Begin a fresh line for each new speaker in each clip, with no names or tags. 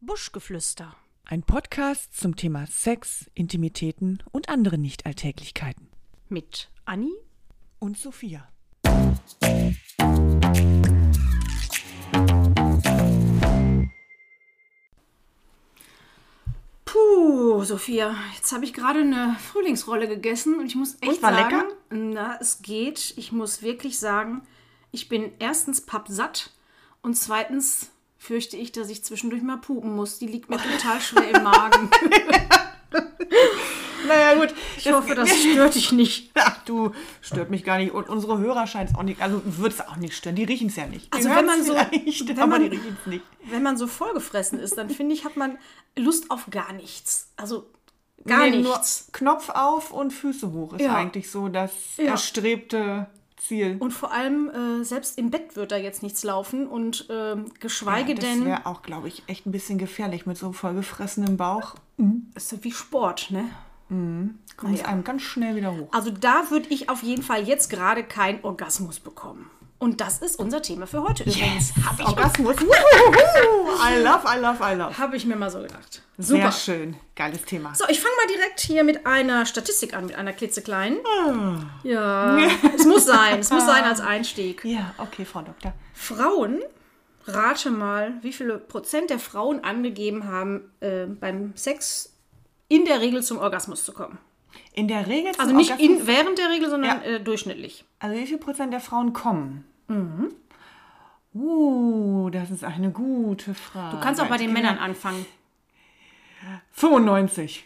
Buschgeflüster.
Ein Podcast zum Thema Sex, Intimitäten und andere Nichtalltäglichkeiten.
Mit Anni
Und Sophia.
Puh, Sophia, jetzt habe ich gerade eine Frühlingsrolle gegessen und ich muss echt
Und, war
sagen,
lecker?
na, es geht. Ich muss wirklich sagen, ich bin erstens pappsatt und zweitens fürchte ich, dass ich zwischendurch mal pupen muss. Die liegt mir total schwer im Magen.
Naja, gut.
Ich hoffe, das stört dich nicht.
Ach du, stört mich gar nicht. Und unsere Hörer scheint es auch nicht, also wird es auch nicht stören. Die riechen es ja nicht. Die
Also wenn
hören's
man so-
vielleicht,
wenn
aber
man-
die riechen es nicht.
Wenn man so vollgefressen ist, dann finde ich, hat man Lust auf gar nichts. Also gar
Nee, nur
nichts.
Knopf auf und Füße hoch ist
Ja.
eigentlich so das
Ja.
erstrebte Ziel.
Und vor allem, äh, selbst im Bett wird da jetzt nichts laufen und ähm, geschweige
das
denn,
wäre auch, glaube ich, echt ein bisschen gefährlich mit so einem vollgefressenem Bauch.
ist so wie Sport, ne?
Kommt es einem ganz schnell wieder hoch.
Also da würde ich auf jeden Fall jetzt gerade keinen Orgasmus bekommen. Und das ist unser Thema für heute übrigens. Habe ich,
Orgasmus. Wuhuhu. I love, I love, I love.
hab ich mir mal so gedacht.
Sehr
Super.
schön. Geiles Thema.
So, ich fange mal direkt hier mit einer Statistik an, mit einer klitzekleinen.
Ah.
Ja, es muss sein, es muss sein als Einstieg.
Ja, okay, Frau Doktor.
Frauen, rate mal, wie viele Prozent der Frauen angegeben haben, äh, beim Sex in der Regel zum Orgasmus zu kommen.
In der Regel zum
Also nicht
Orgasmus-
in, während der Regel, sondern äh, durchschnittlich.
Also wie viel Prozent der Frauen kommen? Mhm. Uh, das ist eine gute Frage.
Du kannst auch bei den Männern anfangen.
95.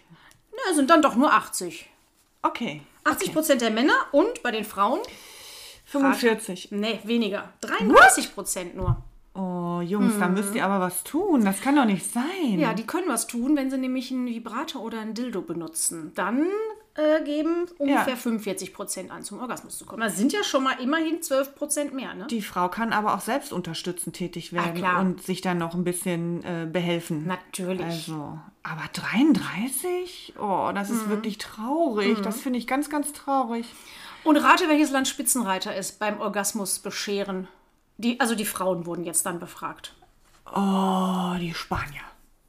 Na, es sind dann doch nur 80.
Okay.
80 Prozent der Männer und bei den Frauen,
45.
nee, weniger. 33 Prozent nur.
Oh, Jungs, da müsst ihr aber was tun. Das kann doch nicht sein.
Mhm. Ja, die können was tun, wenn sie nämlich einen Vibrator oder einen Dildo benutzen. Dann äh, geben ungefähr
Ja.
45 Prozent an, zum Orgasmus zu kommen. Das sind ja schon mal immerhin 12 Prozent mehr, ne?
Die Frau kann aber auch selbst unterstützend tätig werden
Ah, klar.
und sich dann noch ein bisschen äh, behelfen.
Natürlich.
Also, aber 33? Oh, das
Mhm.
ist wirklich traurig. Das finde ich ganz, ganz traurig.
Und rate, welches Land Spitzenreiter ist beim Orgasmus bescheren. Die, also die Frauen wurden jetzt dann befragt.
Oh, die Spanier.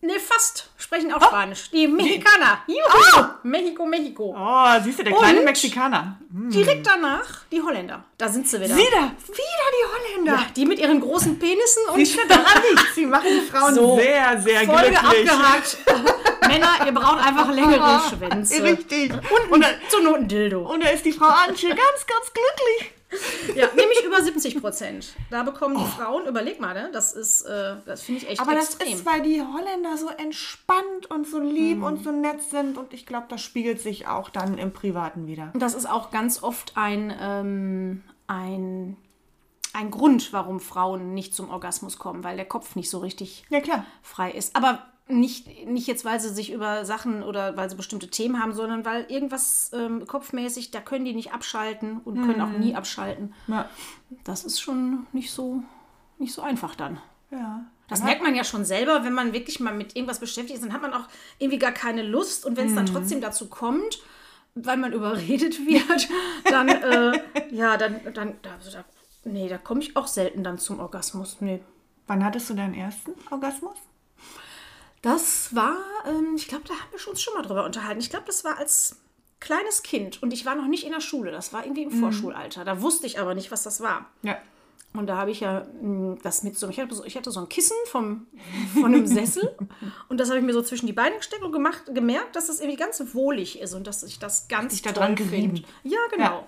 Ne, fast. Sprechen auch Spanisch. Die Mexikaner. Juhu! Mexiko, Mexiko.
Oh, siehst du, der kleine
Und?
Mexikaner.
Direkt danach die Holländer. Da sind Oh. sie wieder.
Wieder, wieder die Holländer.
Ja, die mit ihren großen Penissen und
Ich finde daran nichts. Sie machen die Frauen sehr, sehr
Folge
glücklich.
abgehakt. Männer, ihr braucht einfach längere Schwänze.
Richtig. Und, und, da,
Zur Not ein Dildo.
und da ist die Frau Antje ganz, ganz glücklich.
Ja, nämlich über 70 Prozent. Da bekommen die Frauen, überleg mal, ne? Das ist, äh, Oh. das finde ich echt
Aber das
extrem.
ist, weil die Holländer so entspannt und so lieb und so nett sind. Und ich glaube, das spiegelt sich auch dann im Privaten wieder.
Und das ist auch ganz oft ein, ähm, ein, ein Grund, warum Frauen nicht zum Orgasmus kommen, weil der Kopf nicht so richtig
Ja, klar.
frei ist. Aber nicht, nicht jetzt, weil sie sich über Sachen oder weil sie bestimmte Themen haben, sondern weil irgendwas ähm, kopfmäßig, da können die nicht abschalten und können auch nie abschalten.
Ja.
Das ist schon nicht so, nicht so einfach dann.
ja.
Das merkt man ja schon selber, wenn man wirklich mal mit irgendwas beschäftigt ist, dann hat man auch irgendwie gar keine Lust. Und wenn es dann trotzdem dazu kommt, weil man überredet wird, dann, äh, ja, dann, dann, da, da, nee, da komme ich auch selten dann zum Orgasmus. Nee.
Wann hattest du deinen ersten Orgasmus?
Das war, ähm, ich glaube, da haben wir uns schon mal drüber unterhalten. Ich glaube, das war als kleines Kind und ich war noch nicht in der Schule. Das war irgendwie im
Mhm.
Vorschulalter. Da wusste ich aber nicht, was das war.
Ja.
Und da habe ich ja mh, das mit so ich, hatte so, ich hatte so ein Kissen vom, von einem Sessel und das habe ich mir so zwischen die Beine gesteckt und gemacht, gemerkt, dass das irgendwie ganz wohlig ist und dass ich das ganz
da dran
toll
gerieben.
finde. Ja, genau.
Ja.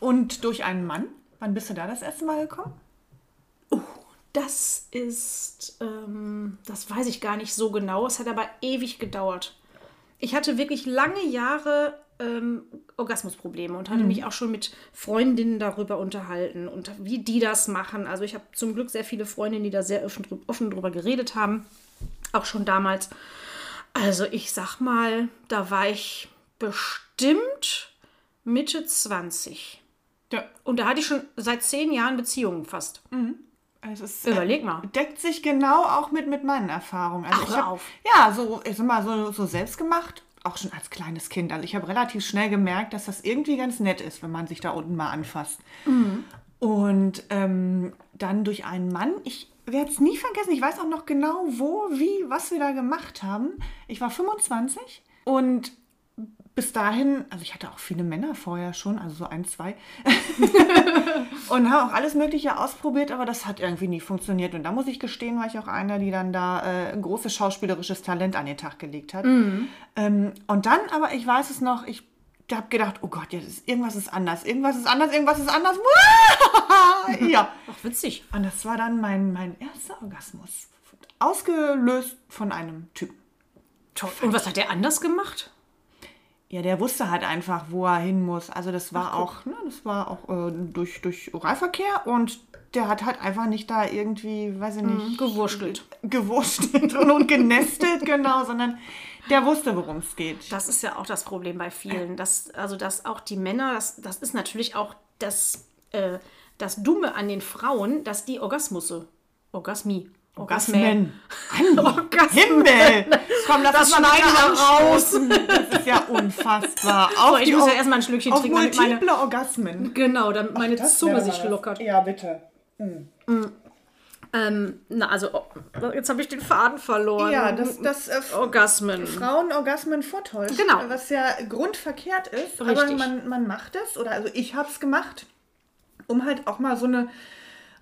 Und durch einen Mann? Wann bist du da das erste Mal gekommen?
Das ist, ähm, das weiß ich gar nicht so genau. Es hat aber ewig gedauert. Ich hatte wirklich lange Jahre ähm, Orgasmusprobleme und
Mhm.
hatte mich auch schon mit Freundinnen darüber unterhalten und wie die das machen. Also ich habe zum Glück sehr viele Freundinnen, die da sehr offen, drü- offen drüber geredet haben, auch schon damals. Also ich sag mal, da war ich bestimmt Mitte 20.
Ja.
Und da hatte ich schon seit zehn Jahren Beziehungen fast.
Mhm.
Also Es ist, äh,
Überleg mal.
Deckt sich genau auch mit, mit meinen Erfahrungen. Also
Ach, hör
ich hab-
auf.
Ja, so, ich sag mal, so, so selbst gemacht, auch schon als kleines Kind. Also ich habe relativ schnell gemerkt,
Mhm.
dass das irgendwie ganz nett ist, wenn man sich da unten mal anfasst. Und ähm, dann durch einen Mann. Ich werde es nie vergessen. Ich weiß auch noch genau, wo, wie, was wir da gemacht haben. Ich war 25 und bis dahin, also ich hatte auch viele Männer vorher schon, also so ein, zwei. und habe auch alles Mögliche ausprobiert, aber das hat irgendwie nie funktioniert. Und da muss ich gestehen, war ich auch einer, die dann da äh, ein großes schauspielerisches Talent an den Tag gelegt hat. Ähm, und dann, aber ich weiß es noch, ich habe gedacht, oh Gott, jetzt ist, irgendwas ist anders, irgendwas ist anders, irgendwas ist anders. ja.
Ach, witzig.
Und das war dann mein, mein erster Orgasmus. Ausgelöst von einem Typen.
Toll. Und was hat der anders gemacht?
Ja, der wusste halt einfach, wo er hin muss. Also das war auch, ne, das war auch äh, durch, durch Oralverkehr und der hat halt einfach nicht da irgendwie, weiß
Mhm,
ich nicht,
Gewurschtelt.
gewurstelt und, und genestelt, genau, sondern der wusste, worum es geht.
Das ist ja auch das Problem
Äh.
bei vielen. Dass, also, dass auch die Männer, das, das ist natürlich auch das, äh, das Dumme an den Frauen, dass die Orgasmusse, Orgasmi,
Orgasmen.
Orgasmen.
Himmel! Komm, lass
Das
uns mal
schmeckt
eine
nach
raus. Das ist ja unfassbar. Auf
ich
die
muss ja
Or-
erst mal ein Schlückchen
auf
trinken, damit meine-
multiple Orgasmen.
Genau, damit meine
Das
Zunge
wäre
sich
mal was.
lockert.
Ja, bitte.
Ähm, na, also, oh, jetzt habe ich den Faden verloren.
Ja, das, das äh,
oh, Orgasmen.
Frauenorgasmen vortäuscht.
Genau.
Was ja grundverkehrt ist. Aber
Richtig.
man, man macht es, oder also ich habe es gemacht, um halt auch mal so eine,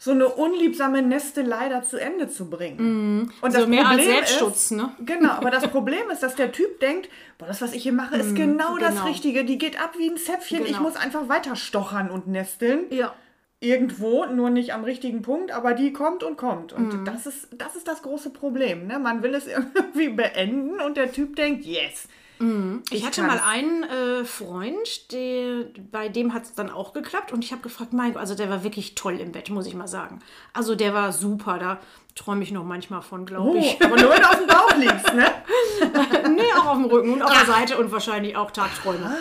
so eine unliebsame Nestelei da zu Ende zu bringen. Und
Mhm. So Also mehr als
ist,
Selbstschutz, ne?
Genau, aber das Problem ist, dass der Typ denkt, boah, das, was ich hier mache, ist genau, das
genau.
Richtige. Die geht ab wie ein Zäpfchen. Ich
Genau.
muss einfach weiter stochern und nesteln
Ja.
irgendwo, nur nicht am richtigen Punkt, aber die kommt und kommt. Und das, ist, das ist das große Problem. Ne? Man will es irgendwie beenden und der Typ denkt, yes.
Ich hatte
kann's.
mal einen äh, Freund, der, bei dem hat es dann auch geklappt und ich habe gefragt, mein Gott, also der war wirklich toll im Bett, muss ich mal sagen. Also der war super, da träume ich noch manchmal von, glaube
Oh,
ich.
aber nur wenn du auf dem Bauch liegst, ne?
nee, auch auf dem Rücken und auf der Seite und wahrscheinlich auch Tagträume.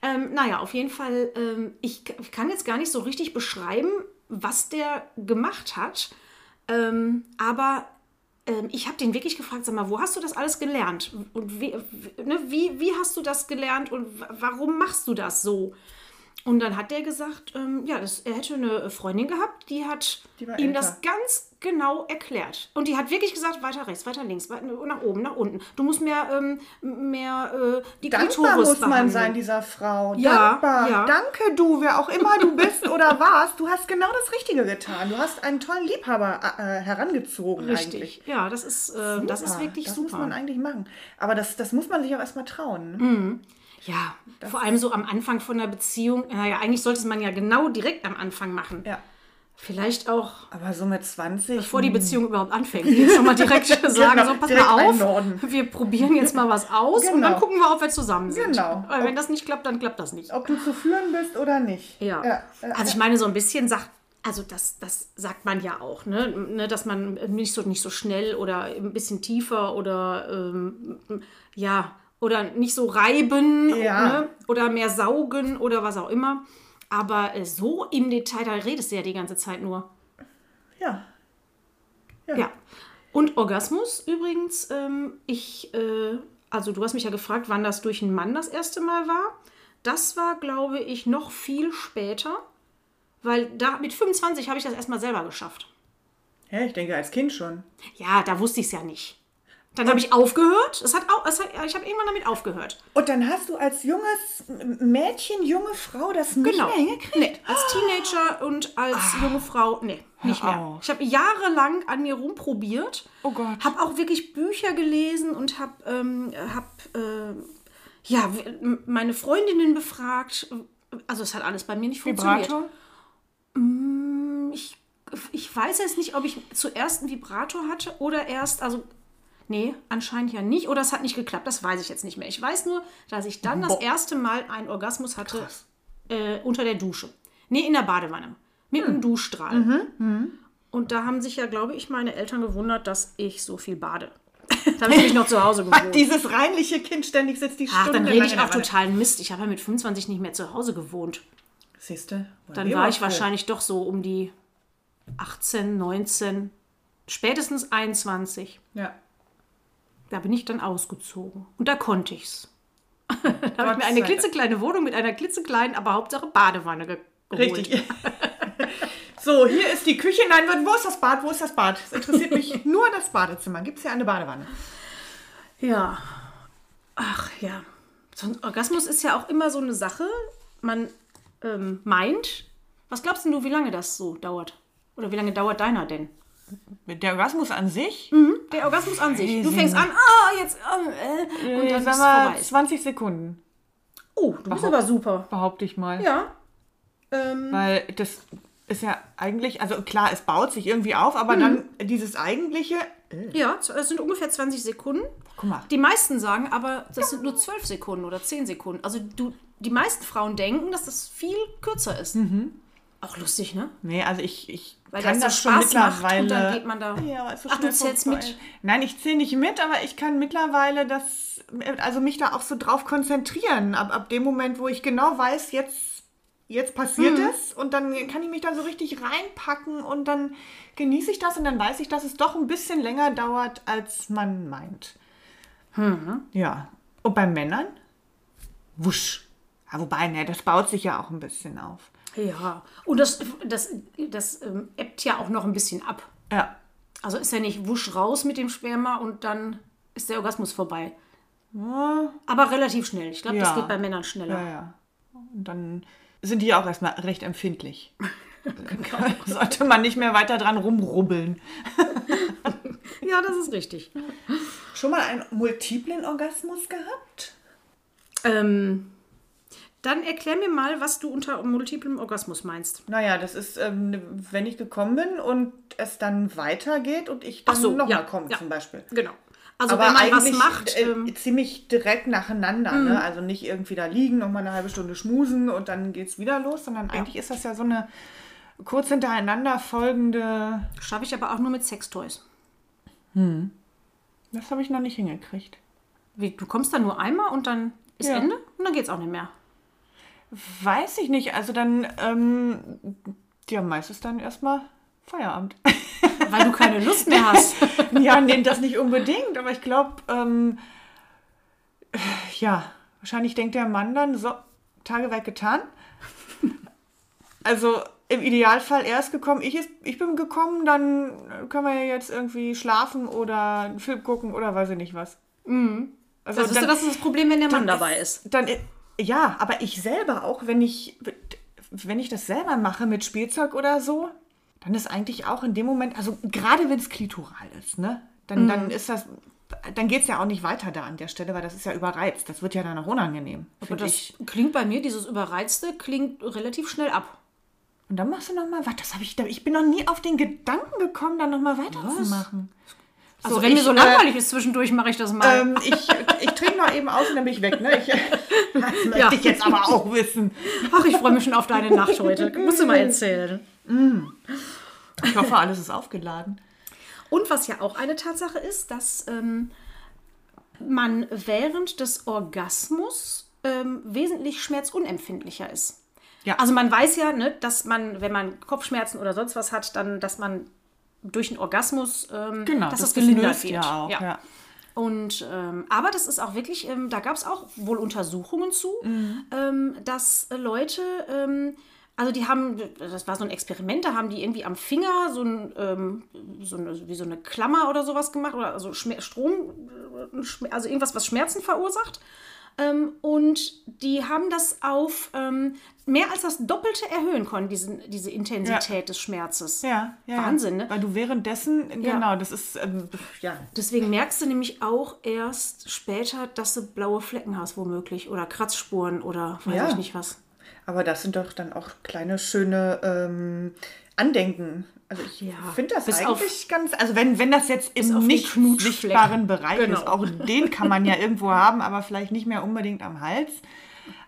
Ähm, naja, auf jeden Fall, ähm, ich, k- ich kann jetzt gar nicht so richtig beschreiben, was der gemacht hat, ähm, aber ähm, ich habe den wirklich gefragt, sag mal, wo hast du das alles gelernt? Und wie, wie- ne, wie, wie hast du das gelernt und wa- warum machst du das so? Und dann hat der gesagt, ähm, ja, das, er hätte eine Freundin gehabt, die hat
Die war
ihm
älter.
das ganz genau erklärt. Und die hat wirklich gesagt, weiter rechts, weiter links, weiter, nach oben, nach unten. Du musst mehr, ähm, mehr äh, die
Dankbar
Klitoris
muss man
behandeln.
sein, dieser Frau.
Ja,
Dankbar.
ja.
Danke, du, wer auch immer du bist oder warst. Du hast genau das Richtige getan. Du hast einen tollen Liebhaber äh, äh, herangezogen
Richtig,
eigentlich.
ja, das ist, äh, das ist
Super,
wirklich
das muss man
super.
eigentlich machen. Aber das, das muss man sich auch erstmal trauen. ne?
Ja, vor allem so am Anfang von der Beziehung. Naja, eigentlich sollte es man ja genau direkt am Anfang machen.
Ja.
Vielleicht auch
Aber so mit 20.
bevor die Beziehung überhaupt anfängt. Jetzt schon mal direkt sagen,
Genau,
so pass
direkt
mal
einordnen.
auf, wir probieren jetzt mal was aus und
Genau.
dann gucken wir, ob wir zusammen sind.
Genau.
Weil wenn das nicht klappt, dann klappt das nicht.
ob du zu führen bist oder nicht.
Ja.
äh,
also ich meine, so ein bisschen sagt, also das, das sagt man ja auch, ne? ne? Dass man nicht so, nicht so schnell oder ein bisschen tiefer oder ähm, ja, oder nicht so reiben
Ja.
ne? oder mehr saugen oder was auch immer. Aber äh, so im Detail, da redest du ja die ganze Zeit nur.
ja.
Ja. Und Orgasmus übrigens, ähm, ich, äh, also du hast mich ja gefragt, wann das durch einen Mann das erste Mal war. Das war, glaube ich, noch viel später, weil da mit 25 habe ich das erstmal selber geschafft.
Ja, ich denke als Kind schon.
Ja, da wusste ich es ja nicht. Dann habe ich aufgehört. Es hat auch, es hat, ich habe irgendwann damit aufgehört.
Und dann hast du als junges Mädchen, junge Frau das nicht
Genau.
mehr hingekriegt. Ah.
Nee, als Teenager und als junge Frau, nee, nicht mehr.
auf.
Ich habe jahrelang an mir rumprobiert.
Oh Gott.
Habe auch wirklich Bücher gelesen und habe ähm, hab, äh, ja, w- m- meine Freundinnen befragt. Also es hat alles bei mir nicht funktioniert.
Vibrator?
Ich, ich weiß jetzt nicht, ob ich zuerst einen Vibrator hatte oder erst, also nee, anscheinend ja nicht. Oder es hat nicht geklappt, das weiß ich jetzt nicht mehr. Ich weiß nur, dass ich dann das
Boah.
erste Mal einen Orgasmus hatte äh, unter der Dusche. Nee, in der Badewanne.
Hm.
Mit einem Duschstrahl.
Mhm,
Und da haben sich ja, glaube ich, meine Eltern gewundert, dass ich so viel bade. da habe ich mich noch zu Hause
Ach,
gewohnt.
Dieses reinliche Kind ständig sitzt die
Ach,
Stunde
dann rede ich auch totalen Mist. Ich habe ja mit 25 nicht mehr zu Hause gewohnt.
Siehste,
Dann war ich wahrscheinlich doch so um die 18, 19, spätestens 21.
Ja.
Da bin ich dann ausgezogen. Und da konnte ich's. da habe ich
Gott
mir
sei
eine
Dank.
klitzekleine Wohnung mit einer klitzekleinen, aber Hauptsache Badewanne ge geholt.
Richtig. So, hier ist die Küche. Nein, wo ist das Bad? Wo ist das Bad? Es interessiert mich nur das Badezimmer. Gibt es hier eine Badewanne?
Ja. Ach ja. So ein Orgasmus ist ja auch immer so eine Sache. Man ähm, meint. Was glaubst denn du, wie lange das so dauert? Oder wie lange dauert deiner denn?
Der Orgasmus an sich?
Der Orgasmus an sich. Du fängst an, ah, jetzt, ah, äh, und dann ist es vorbei.
20 Sekunden,
Oh, du bist aber super.
behaupte ich mal.
Ja. Ähm,
Weil das ist ja eigentlich, also klar, es baut sich irgendwie auf, aber dann dieses eigentliche. Äh,
ja, es sind ungefähr 20 Sekunden.
guck mal.
Die meisten sagen aber, das sind nur 12 Sekunden oder 10 Sekunden. Also du, die meisten Frauen denken, dass das viel kürzer ist. Auch lustig, ne?
Nee, also ich, ich
Weil
Mhm. kann
das
das
so
schon
Spaß macht und
mittlerweile.
dann geht man da-
Ja, aber ist so
Ach, du
schnell
zählst
vorbei.
mit?
Nein, ich zähle nicht mit, aber ich kann mittlerweile das, also mich da auch so drauf konzentrieren. Ab, ab dem Moment, wo ich genau weiß, jetzt, jetzt passiert
Hm.
es und dann kann ich mich da so richtig reinpacken und dann genieße ich das und dann weiß ich, dass es doch ein bisschen länger dauert, als man meint.
Mhm.
Ja. Und bei Männern? Wusch. Ja, wobei, ne, das baut sich ja auch ein bisschen auf.
Ja. Und das, das, das ähm, ebbt ja auch noch ein bisschen ab.
Ja.
Also ist ja nicht wusch raus mit dem Sperma und dann ist der Orgasmus vorbei. Aber relativ schnell. Ich glaube, das
Ja.
geht bei Männern schneller.
Ja, Ah, ja. Und dann sind die ja auch erstmal recht empfindlich. Sollte man nicht mehr weiter dran rumrubbeln.
Ja, das ist richtig.
Schon mal einen multiplen Orgasmus gehabt?
Ähm, dann erklär mir mal, was du unter multiplem Orgasmus meinst.
Naja, das ist, ähm, wenn ich gekommen bin und es dann weitergeht und ich dann
Ach so,
nochmal
ja,
komme
ja.
zum Beispiel.
Genau. Also
Aber
wenn man was
eigentlich,
macht,
äh,
ähm,
ziemlich direkt nacheinander. Ne? Also nicht irgendwie da liegen, nochmal eine halbe Stunde schmusen und dann geht's wieder los, sondern eigentlich ist das ja so eine kurz hintereinander folgende
schaffe ich aber auch nur mit Sextoys.
Das habe ich noch nicht hingekriegt.
Wie, du kommst dann nur einmal und dann ist
Ja.
Ende und dann geht's auch nicht mehr.
Weiß ich nicht. Also dann, ähm, ja, meistens dann erstmal Feierabend.
Weil du keine Lust mehr hast.
ja, nehmt das nicht unbedingt, aber ich glaube, ähm, ja, wahrscheinlich denkt der Mann dann so, Tagewerk getan. Also im Idealfall er ist gekommen, ich, ist, ich bin gekommen, dann können wir ja jetzt irgendwie schlafen oder einen Film gucken oder weiß ich nicht was. Also
Mhm. Das ist ja
dann-
das, ist das Problem, wenn der Mann
dann
dabei ist.
Dann, äh, ja, aber ich selber auch, wenn ich, wenn ich das selber mache mit Spielzeug oder so, dann ist eigentlich auch in dem Moment, also gerade wenn es klitoral ist, ne? Dann,
Mhm.
dann ist das, dann geht es ja auch nicht weiter da an der Stelle, weil das ist ja überreizt. Das wird ja dann auch unangenehm,
Aber
finde
das
ich.
klingt bei mir, dieses Überreizte, klingt relativ schnell ab.
Und dann machst du nochmal, was, das habe ich, ich bin noch nie auf den Gedanken gekommen, dann nochmal weiterzumachen.
Also wenn mir so
äh,
langweilig ist zwischendurch, mache ich das mal.
Ähm, ich, ich trinke noch eben aus und dann bin ich weg, ne? Ich, das möchte
Ja.
ich jetzt aber auch wissen.
Ach, ich freue mich schon auf deine Nacht heute. Musst du mal erzählen.
Ich hoffe, alles ist aufgeladen.
Und was ja auch eine Tatsache ist, dass ähm, man während des Orgasmus ähm, wesentlich schmerzunempfindlicher ist.
Ja.
Also man weiß ja, ne, dass man, wenn man Kopfschmerzen oder sonst was hat, dann, dass man durch den Orgasmus, ähm,
Genau,
dass das,
das
gelindert
löst
wird.
ja auch, ja.
Und ähm, aber das ist auch wirklich, ähm, da gab es auch wohl Untersuchungen zu, ähm, dass äh, Leute, ähm, also die haben, das war so ein Experiment, da haben die irgendwie am Finger so, ein, ähm, so eine, wie so eine Klammer oder sowas gemacht oder also Schmer Strom, äh, Schmer- also irgendwas, was Schmerzen verursacht. Ähm, und die haben das auf ähm, mehr als das Doppelte erhöhen können, diesen, diese Intensität des Schmerzes.
Ja, ja.
Wahnsinn, ne?
Weil du währenddessen, genau, das ist, ähm, ja.
Deswegen merkst du nämlich auch erst später, dass du blaue Flecken hast, womöglich. Oder Kratzspuren oder weiß
Ja.
ich nicht was.
Aber das sind doch dann auch kleine, schöne ähm, Andenken. Also ich
Ja,
finde das
bis auf-
eigentlich ganz, also wenn, wenn das jetzt
auf
im
die
nicht
Knutschflecken.
sichtbaren Bereich
Genau.
ist, auch den kann man ja irgendwo haben, aber vielleicht nicht mehr unbedingt am Hals.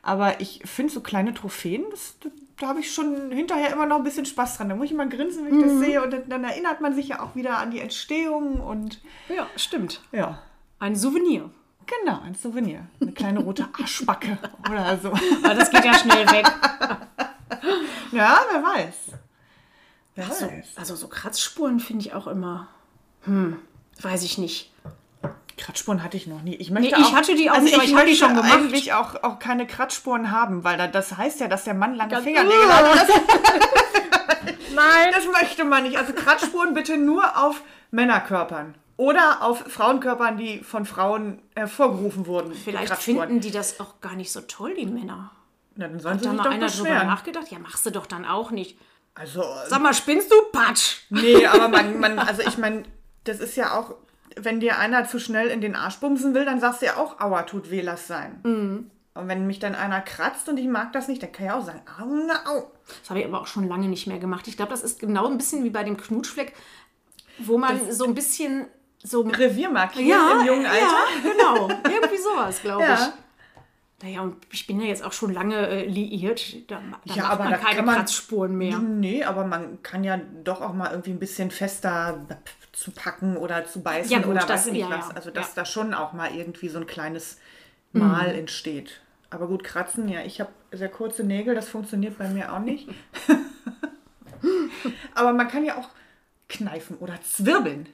Aber ich finde so kleine Trophäen, das, da habe ich schon hinterher immer noch ein bisschen Spaß dran. Da muss ich mal grinsen, wenn ich
Mhm.
das sehe und dann, dann erinnert man sich ja auch wieder an die Entstehung und
Ja, stimmt.
ja.
Ein Souvenir.
Genau, ein Souvenir. Eine kleine rote Arschbacke oder so.
Aber Ah, das geht ja schnell weg.
Ja, wer weiß. Wer
Also, also so Kratzspuren finde ich auch immer. Hm, weiß ich nicht.
Kratzspuren hatte ich noch nie. Ich,
Nee,
möchte
ich
auch, also
hatte die auch nicht, aber ich habe die
möchte
schon gemacht.
eigentlich auch, auch
genau.
keine Kratzspuren haben, weil da, das heißt ja, dass der Mann lange
Ganz-
Fingernägel hat.
Nein.
Das möchte man nicht. Also Kratzspuren bitte nur auf Männerkörpern. Oder auf Frauenkörpern, die von Frauen hervorgerufen wurden.
Vielleicht
Kratzspuren.
finden die das auch gar nicht so toll, die Männer.
Na, dann sollen
Da
sie sich
mal
doch
einer drüber
beschweren.
nachgedacht. Ja, machst du doch dann auch nicht.
Also, äh,
Sag mal, spinnst du? Patsch!
nee, aber man, man also ich meine, das ist ja auch, wenn dir einer zu schnell in den Arsch bumsen will, dann sagst du ja auch, aua, tut weh, lass sein.
Mhm.
Und wenn mich dann einer kratzt und ich mag das nicht, dann kann ich auch sagen, au, na, au.
Das habe ich aber auch schon lange nicht mehr gemacht. Ich glaube, das ist genau ein bisschen wie bei dem Knutschfleck, wo man so ein bisschen so
Revier
ne,
markieren
ja,
im jungen Alter.
Ja, genau. Irgendwie sowas, glaube
Ja.
ich. Naja, und ich bin ja jetzt auch schon lange äh, liiert. Da, ma- da
Ja,
macht
aber
man
da
keine
kann man-
Kratzspuren mehr.
Nee, aber man kann ja doch auch mal irgendwie ein bisschen fester zu packen oder zu beißen
Ja, gut,
oder
das-
weiß ich
ja,
nicht
ja,
was. Also dass
ja. Mhm.
da schon auch mal irgendwie so ein kleines Mal entsteht. Aber gut, kratzen, ja, ich habe sehr kurze Nägel, das funktioniert bei mir auch nicht. aber man kann ja auch kneifen oder zwirbeln.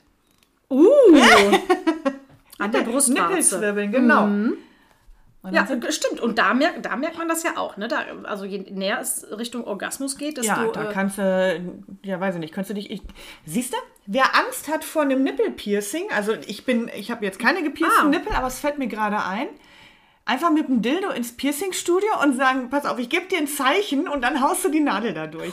An der Brustwarze.
Nippelzwirbeln, genau.
Mhm.
Und
Ja,
dann sind-
stimmt. Und da merkt, da merkt man das ja auch. Ne? Da, also je näher es Richtung Orgasmus geht, desto...
ja da
äh,
kannst du, ja, weiß ich nicht, kannst du dich, ich, siehst du, wer Angst hat vor einem Nippelpiercing, also ich bin, ich habe jetzt keine gepiersten
Ah.
Nippel, aber es fällt mir gerade ein, einfach mit dem Dildo ins Piercingstudio und sagen, pass auf, ich gebe dir ein Zeichen und dann haust du die Nadel da durch.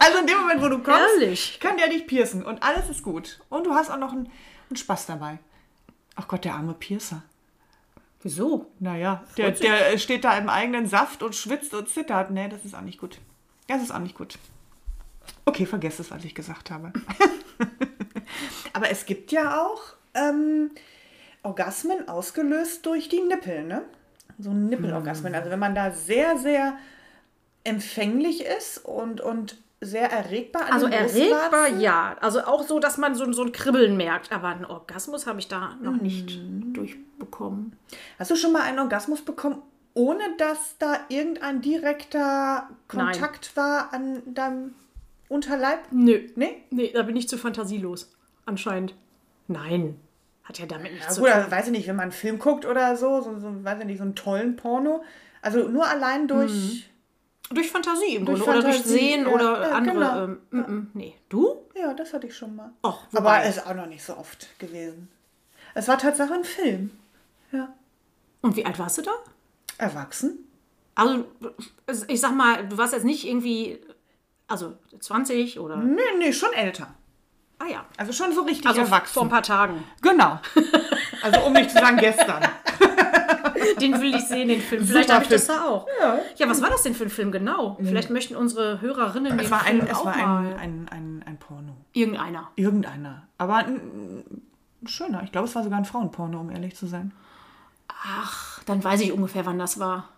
also in dem Moment, wo du kommst,
Ehrlich?
kann der dich piercen und alles ist gut. Und du hast auch noch einen, einen Spaß dabei. Ach Gott, der arme Piercer.
Wieso?
Naja, der, der steht da im eigenen Saft und schwitzt und zittert. Nee, das ist auch nicht gut. Das ist auch nicht gut. Okay, vergesst es, was ich gesagt habe. Aber es gibt ja auch ähm, Orgasmen ausgelöst durch die Nippel, ne? So Nippelorgasmen. Also wenn man da sehr, sehr empfänglich ist und, und sehr erregbar an
also
den
erregbar,
Brustwarzen.
ja. Also auch so, dass man so, so ein Kribbeln merkt. Aber einen Orgasmus habe ich da
Mhm.
noch nicht durchbekommen.
Hast du schon mal einen Orgasmus bekommen, ohne dass da irgendein direkter Kontakt war an deinem Unterleib?
Nö.
Nee?
Nee, da bin ich zu fantasielos. Anscheinend. Nein. Hat ja damit nichts
Ja,
zu
gut,
tun.
also, weiß ich nicht, wenn man einen Film guckt oder so, so, so weiß ich nicht, so einen tollen Porno. Also nur allein durch.
Durch Fantasie im
Durch
Grunde. Oder durch
Fantasie,
Sehen
ja.
oder
Ja,
andere.
genau.
Ähm, m -m. Nee. Du?
Ja, das hatte ich schon mal.
Och, wobei.
Aber ist auch noch nicht so oft gewesen. Es war tatsächlich ein Film. Ja.
Und wie alt warst du da?
Erwachsen?
Also, ich sag mal, du warst jetzt nicht irgendwie, also 20 oder.
Nee, nee, schon älter.
Ah ja.
Also schon so richtig
Mhm. also vor ein
erwachsen.
paar Tagen.
Genau. Also um nicht zu sagen gestern.
Den will ich sehen, den Film. Vielleicht habe ich
Film.
das da auch. Ja. was war das denn für ein Film genau?
Mhm.
Vielleicht möchten unsere Hörerinnen
Es
den
war ein,
Film
es
auch
war
mal.
ein, ein, ein, ein Porno.
Irgendeiner.
Irgendeiner. Aber ein, ein schöner. Ich glaube, es war sogar ein Frauenporno, um ehrlich zu sein.
Dann weiß ich ungefähr, wann das war.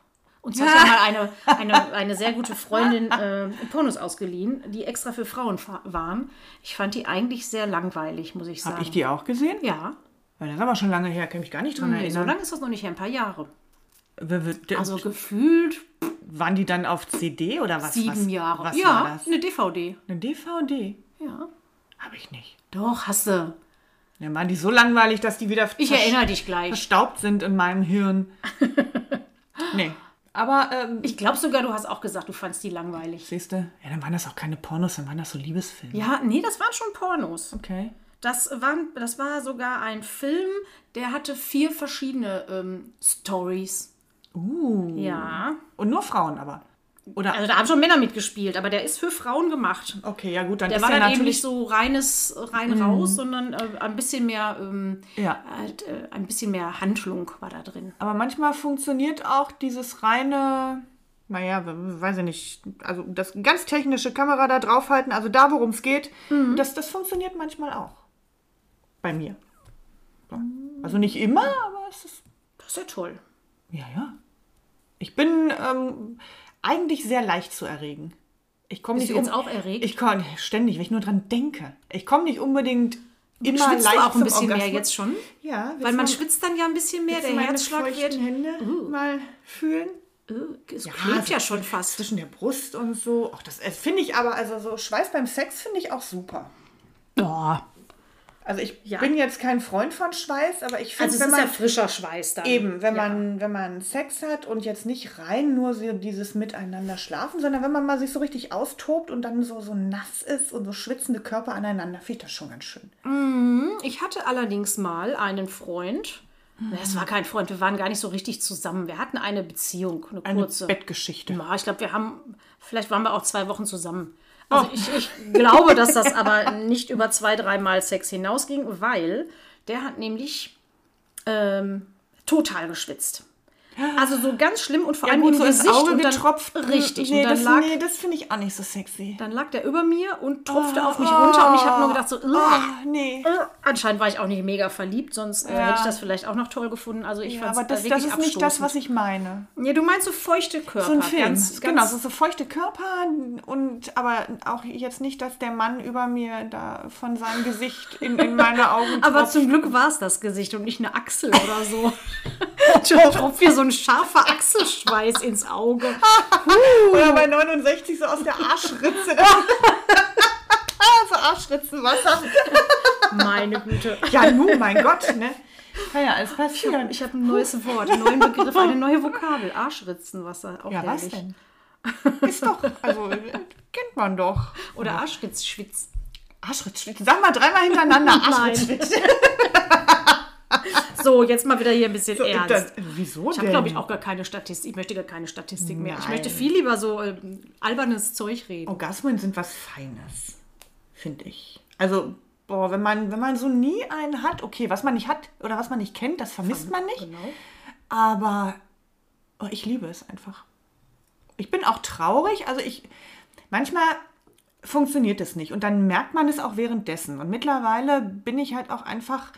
Uns hat ja mal eine, eine, eine sehr gute Freundin äh, Pornos ausgeliehen, die extra für Frauen fa- waren. Ich fand die eigentlich sehr langweilig, muss ich sagen.
Habe ich ne? die auch gesehen?
ja,
Ja, das ist aber schon lange her, kann mich gar nicht dran
nee, so
erinnern.
lange ist das noch nicht her, ein paar Jahre.
Wir- wir- d-
ne? Also gefühlt
waren die dann auf CD oder was?
sieben
was,
Jahre.
Was
ja,
war das?
eine DVD.
Eine DVD?
Ja.
Habe ich nicht.
Doch, hasse.
Dann waren die so langweilig, dass die wieder
Ich
versch-
erinnere dich gleich.
verstaubt sind in meinem Hirn. nee. Aber, ähm,
Ich glaube sogar, du hast auch gesagt, du fandst die langweilig.
siehst du, ja, dann waren das auch keine Pornos, dann waren das so Liebesfilme.
Ja, nee, das waren schon Pornos.
Okay.
Das, waren, das war sogar ein Film, der hatte vier verschiedene ähm, Stories.
Uh.
Ja.
Und nur Frauen aber. Oder
Also da haben schon Männer mitgespielt, aber der ist für Frauen gemacht.
Okay, ja gut, dann
Der
ist
war
ja
dann eben nicht
natürlich Mhm.
so reines rein raus, sondern äh, ein bisschen mehr ähm,
Ja.
halt, äh, ein bisschen mehr Handlung war da drin.
Aber manchmal funktioniert auch dieses reine, naja, we- weiß ich nicht, also das ganz technische Kamera da draufhalten, also da, worum es geht,
Mhm.
das, das funktioniert manchmal auch. Bei mir. So. Also nicht immer, aber es ist,
Das ist ja toll.
ja, ja. Ich bin ähm, eigentlich sehr leicht zu erregen. Ich komme
Bist
nicht
du jetzt
um,
auch erregt?
Ich kann ständig, wenn ich nur dran denke. Ich komme nicht unbedingt immer
Schwitzt
leicht
du auch
zum
ein bisschen mehr
Orgasmus.
jetzt schon?
Ja,
Weil man
schwitzt.
schwitzt dann ja ein bisschen mehr, der Herzschlag wird. Uh.
Hände mal fühlen.
Äh, es
so
klebt ja schon fast.
Zwischen der Brust und so. Ach, das äh, finde ich aber, also so Schweiß beim Sex finde ich auch super.
Ja.
Also ich
Ja.
bin jetzt kein Freund von Schweiß, aber ich finde,
Also es
wenn
ist
man
ja frischer Schweiß dann.
eben, wenn
ja.
man wenn man Sex hat und jetzt nicht rein nur so dieses miteinander schlafen, sondern wenn man mal sich so richtig austobt und dann so so nass ist und so schwitzende Körper aneinander, finde ich das schon ganz schön.
Ich hatte allerdings mal einen Freund. Na, Es war kein Freund, wir waren gar nicht so richtig zusammen. Wir hatten eine Beziehung, eine, kurze.
Bettgeschichte.
Ja, ich glaube, wir haben, vielleicht waren wir auch zwei Wochen zusammen.
Oh.
Also ich, ich glaube, dass das aber nicht über zwei, dreimal Sex hinausging, weil der hat nämlich ähm, total geschwitzt. Also so ganz schlimm und vor
Ja,
allem
gut,
im
so ins
Gesicht
Auge
und dann,
getropft.
Richtig.
Nee,
und dann
das,
lag,
nee, das finde ich auch nicht so sexy.
dann lag der über mir und tropfte
Oh.
auf mich runter und ich habe nur gedacht so, "Ugh."
Ah, nee.
Äh, Anscheinend war ich auch nicht mega verliebt, sonst äh, hätte ich das vielleicht auch noch toll gefunden. Also ich
Ja,
fand
aber
es
das,
wirklich
das ist nicht das,
abstoßend.
was ich meine.
ja, du meinst so feuchte Körper.
So ein Film.
Ganz, ganz,
genau, so, so feuchte Körper und aber auch jetzt nicht, dass der Mann über mir da von seinem Gesicht in, in meine Augen
Aber
tropft.
zum Glück war es das Gesicht und nicht eine Achsel oder so. Da tropft hier so ein scharfer Achselschweiß ins Auge.
oder bei 69 so aus der Arschritze. so Arschritzenwasser.
Meine Güte.
Ja, nun, mein Gott, ne? Kann ja alles passieren.
Ich habe ein neues Wort, einen neuen Begriff, eine neue Vokabel. Arschritzenwasser, auch
Ja, was
herrlich.
denn? Ist doch, also kennt man doch.
Oder Arschritzschwitz.
Arschritz, sag mal dreimal hintereinander Arschritz.
So, jetzt mal wieder hier ein bisschen ernst.
Das, wieso
ich
denn?
habe, glaube ich, auch gar keine Statistik. Ich möchte gar keine Statistik mehr. Ich
Nein.
möchte viel lieber so ähm, albernes Zeug reden.
Orgasmen sind was Feines, finde ich. Also, boah, wenn man, wenn man so nie einen hat, okay, was man nicht hat oder was man nicht kennt, das vermisst man nicht.
Genau.
Aber oh, ich liebe es einfach. Ich bin auch traurig. Also ich manchmal funktioniert es nicht und dann merkt man es auch währenddessen. Und mittlerweile bin ich halt auch einfach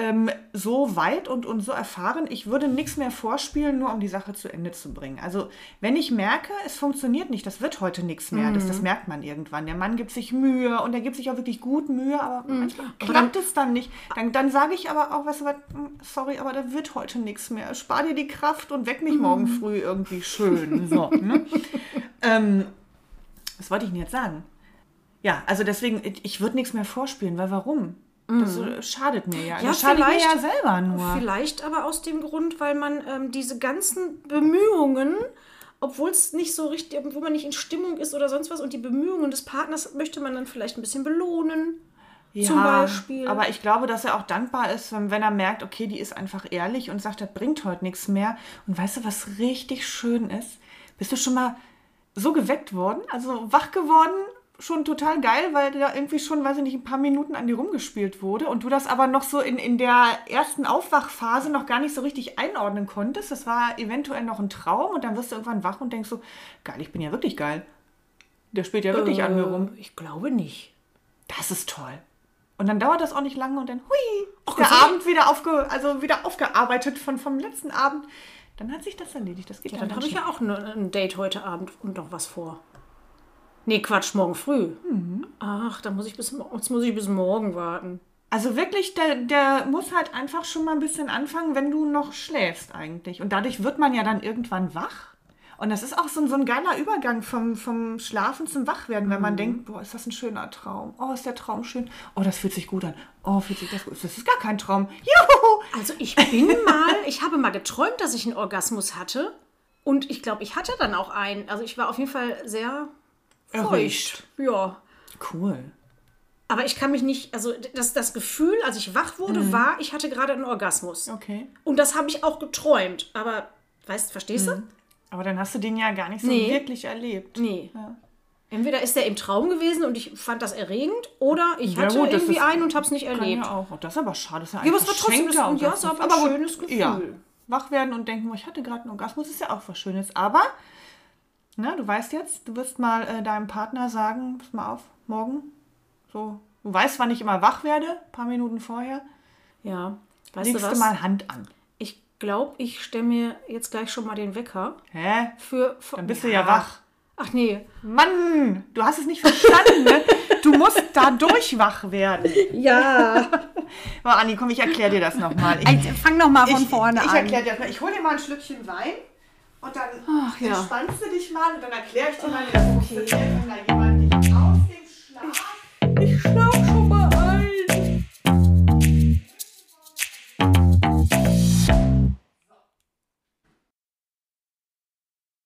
ähm, so weit und, und so erfahren, ich würde nichts mehr vorspielen, nur um die Sache zu Ende zu bringen. Also wenn ich merke, es funktioniert nicht, das wird heute nichts mehr, das, das merkt man irgendwann. Der Mann gibt sich Mühe und er gibt sich auch wirklich gut Mühe, Mhm. aber manchmal klappt es dann nicht. Dann, dann sage ich aber auch, weißt du was, mm, sorry, aber da wird heute nichts mehr. Spar dir die Kraft und weck mich morgen früh irgendwie schön. So, ne? ähm, was wollte ich denn jetzt sagen? Ja, also deswegen, ich würde nichts mehr vorspielen, weil warum? Das äh, schadet mir ja.
Ja,
das schadet mir
vielleicht-
ja selber nur.
Vielleicht aber aus dem Grund, weil man ähm, diese ganzen Bemühungen, obwohl es nicht so richtig, obwohl man nicht in Stimmung ist oder sonst was, und die Bemühungen des Partners möchte man dann vielleicht ein bisschen belohnen. zum Beispiel.
Aber ich glaube, dass er auch dankbar ist, wenn, wenn er merkt, okay, die ist einfach ehrlich und sagt, das bringt heute nichts mehr. Und weißt du, was richtig schön ist? Bist du schon mal so geweckt worden? Also wach geworden? Schon total geil, weil da irgendwie schon, weiß ich nicht, ein paar Minuten an dir rumgespielt wurde und du das aber noch so in, in der ersten Aufwachphase noch gar nicht so richtig einordnen konntest. Das war eventuell noch ein Traum und dann wirst du irgendwann wach und denkst so, geil, ich bin ja wirklich geil. Der spielt ja wirklich an mir rum.
Ich glaube nicht.
Das ist toll. Und dann dauert das auch nicht lange und dann, hui, ist
das
der
hab ich-
Abend wieder, aufge, also wieder aufgearbeitet von, vom letzten Abend. Dann hat sich das erledigt. Das geht ja,
Dann habe ich
schnell.
ja auch ne, ein Date heute Abend und noch was vor. Nee, Quatsch, morgen früh.
Mhm.
Ach, dann muss ich bis, mo- jetzt muss ich bis morgen warten.
Also wirklich, der, der muss halt einfach schon mal ein bisschen anfangen, wenn du noch schläfst eigentlich. Und dadurch wird man ja dann irgendwann wach. Und das ist auch so ein, so ein geiler Übergang vom, vom Schlafen zum Wachwerden, wenn man denkt, boah, ist das ein schöner Traum. Oh, ist der Traum schön. Oh, das fühlt sich gut an. Oh, fühlt sich das gut. Das ist gar kein Traum. Juhu!
Also ich bin mal, ich habe mal geträumt, dass ich einen Orgasmus hatte. Und ich glaube, ich hatte dann auch einen. Also ich war auf jeden Fall sehr feucht. Ja.
Cool.
Aber ich kann mich nicht, also das, das Gefühl, als ich wach wurde,
Mhm.
war, ich hatte gerade einen Orgasmus.
Okay.
Und das habe ich auch geträumt. Aber, weißt, verstehst
Mhm. Aber dann hast du den ja gar nicht so
Nee.
wirklich erlebt.
du? Nee. Entweder ist er im Traum gewesen und ich fand das erregend, oder ich
Ja,
hatte
gut, das
irgendwie
ist-
einen und habe es nicht
Kann
erlebt.
Ja auch. Und Das ist aber schade. Das ist ja
aber
ein
es war trotzdem
verschenkter
das- und ja, es war
Orgasmus.
aber ein
gut,
schönes Gefühl.
Ja, wach werden und denken, ich hatte gerade einen Orgasmus, ist ja auch was Schönes. Aber, na, du weißt jetzt, du wirst mal äh, deinem Partner sagen, pass mal auf, morgen, so, du weißt, wann ich immer wach werde, ein paar Minuten vorher,
Ja. Weißt du
legst du,
was?
mal Hand an.
Ich glaube, ich stelle mir jetzt gleich schon mal den Wecker.
Hä?
Für, für
Dann bist du ja wach.
Ach nee.
Mann, du hast es nicht verstanden, ne? Du musst dadurch wach werden.
Ja. Also,
Aber Anni, komm, ich erkläre dir das nochmal. Ich,
Fang noch mal von
ich,
vorne
ich
an.
erkläre dir das mal. Ich hole dir mal ein Schlückchen Wein und dann
ja.
entspannst du dich mal und dann erkläre ich dir mal, wie das funktioniert, wenn da jemand